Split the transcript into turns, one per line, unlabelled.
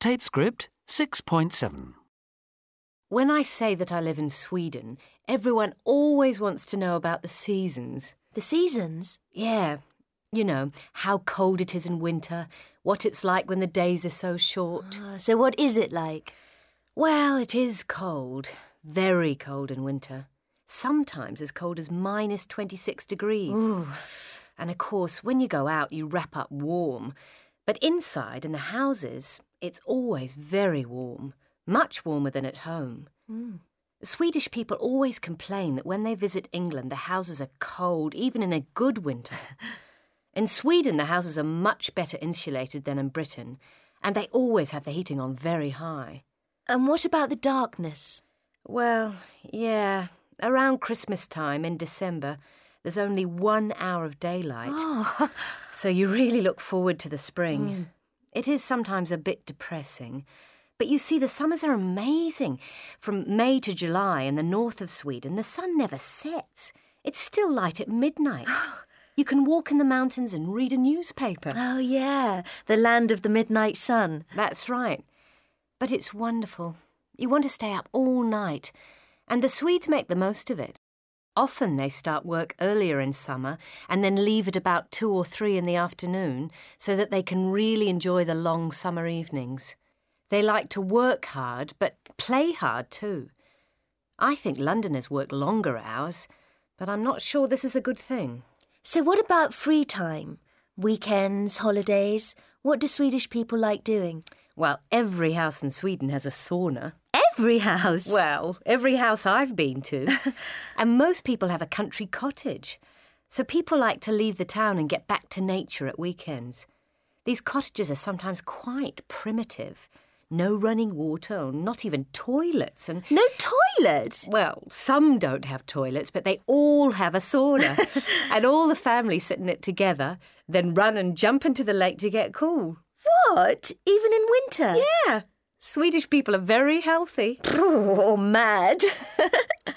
Tape script 6.7.
When I say that I live in Sweden, everyone always wants to know about the seasons.
The seasons?
Yeah, you know, how cold it is in winter, what it's like when the days are so short.
Ah, so, what is it like?
Well, it is cold, very cold in winter. Sometimes as cold as minus 26 degrees.
Ooh.
And of course, when you go out, you wrap up warm. But inside, in the houses, it's always very warm, much warmer than at home.
Mm.
Swedish people always complain that when they visit England, the houses are cold, even in a good winter. in Sweden, the houses are much better insulated than in Britain, and they always have the heating on very high.
And what about the darkness?
Well, yeah. Around Christmas time in December, there's only one hour of daylight.
Oh,
So you really look forward to the
Mm.
spring. It is sometimes a bit depressing. But you see, the summers are amazing. From May to July in the north of Sweden, the sun never sets. It's still light at midnight. you can walk in the mountains and read a newspaper.
oh yeah, the land of the midnight sun.
That's right. But it's wonderful. You want to stay up all night. And the Swedes make the most of it. Often they start work earlier in summer and then leave at about two or three in the afternoon so that they can really enjoy the long summer evenings. They like to work hard, but play hard too. I think Londoners work longer hours, but I'm not sure this is a good thing.
So, what about free time? Weekends, holidays? What do Swedish people like doing?
Well, every house in Sweden has a sauna.
Every house.
Well, every house I've been to. and most people have a country cottage. So people like to leave the town and get back to nature at weekends. These cottages are sometimes quite primitive. No running water, or not even toilets, and
no toilet.
well, some don't have toilets, but they all have a sauna. and all the family sit in it together, then run and jump into the lake to get cool.
What? Even in winter?
Yeah, Swedish people are very healthy.
Or Oh, mad.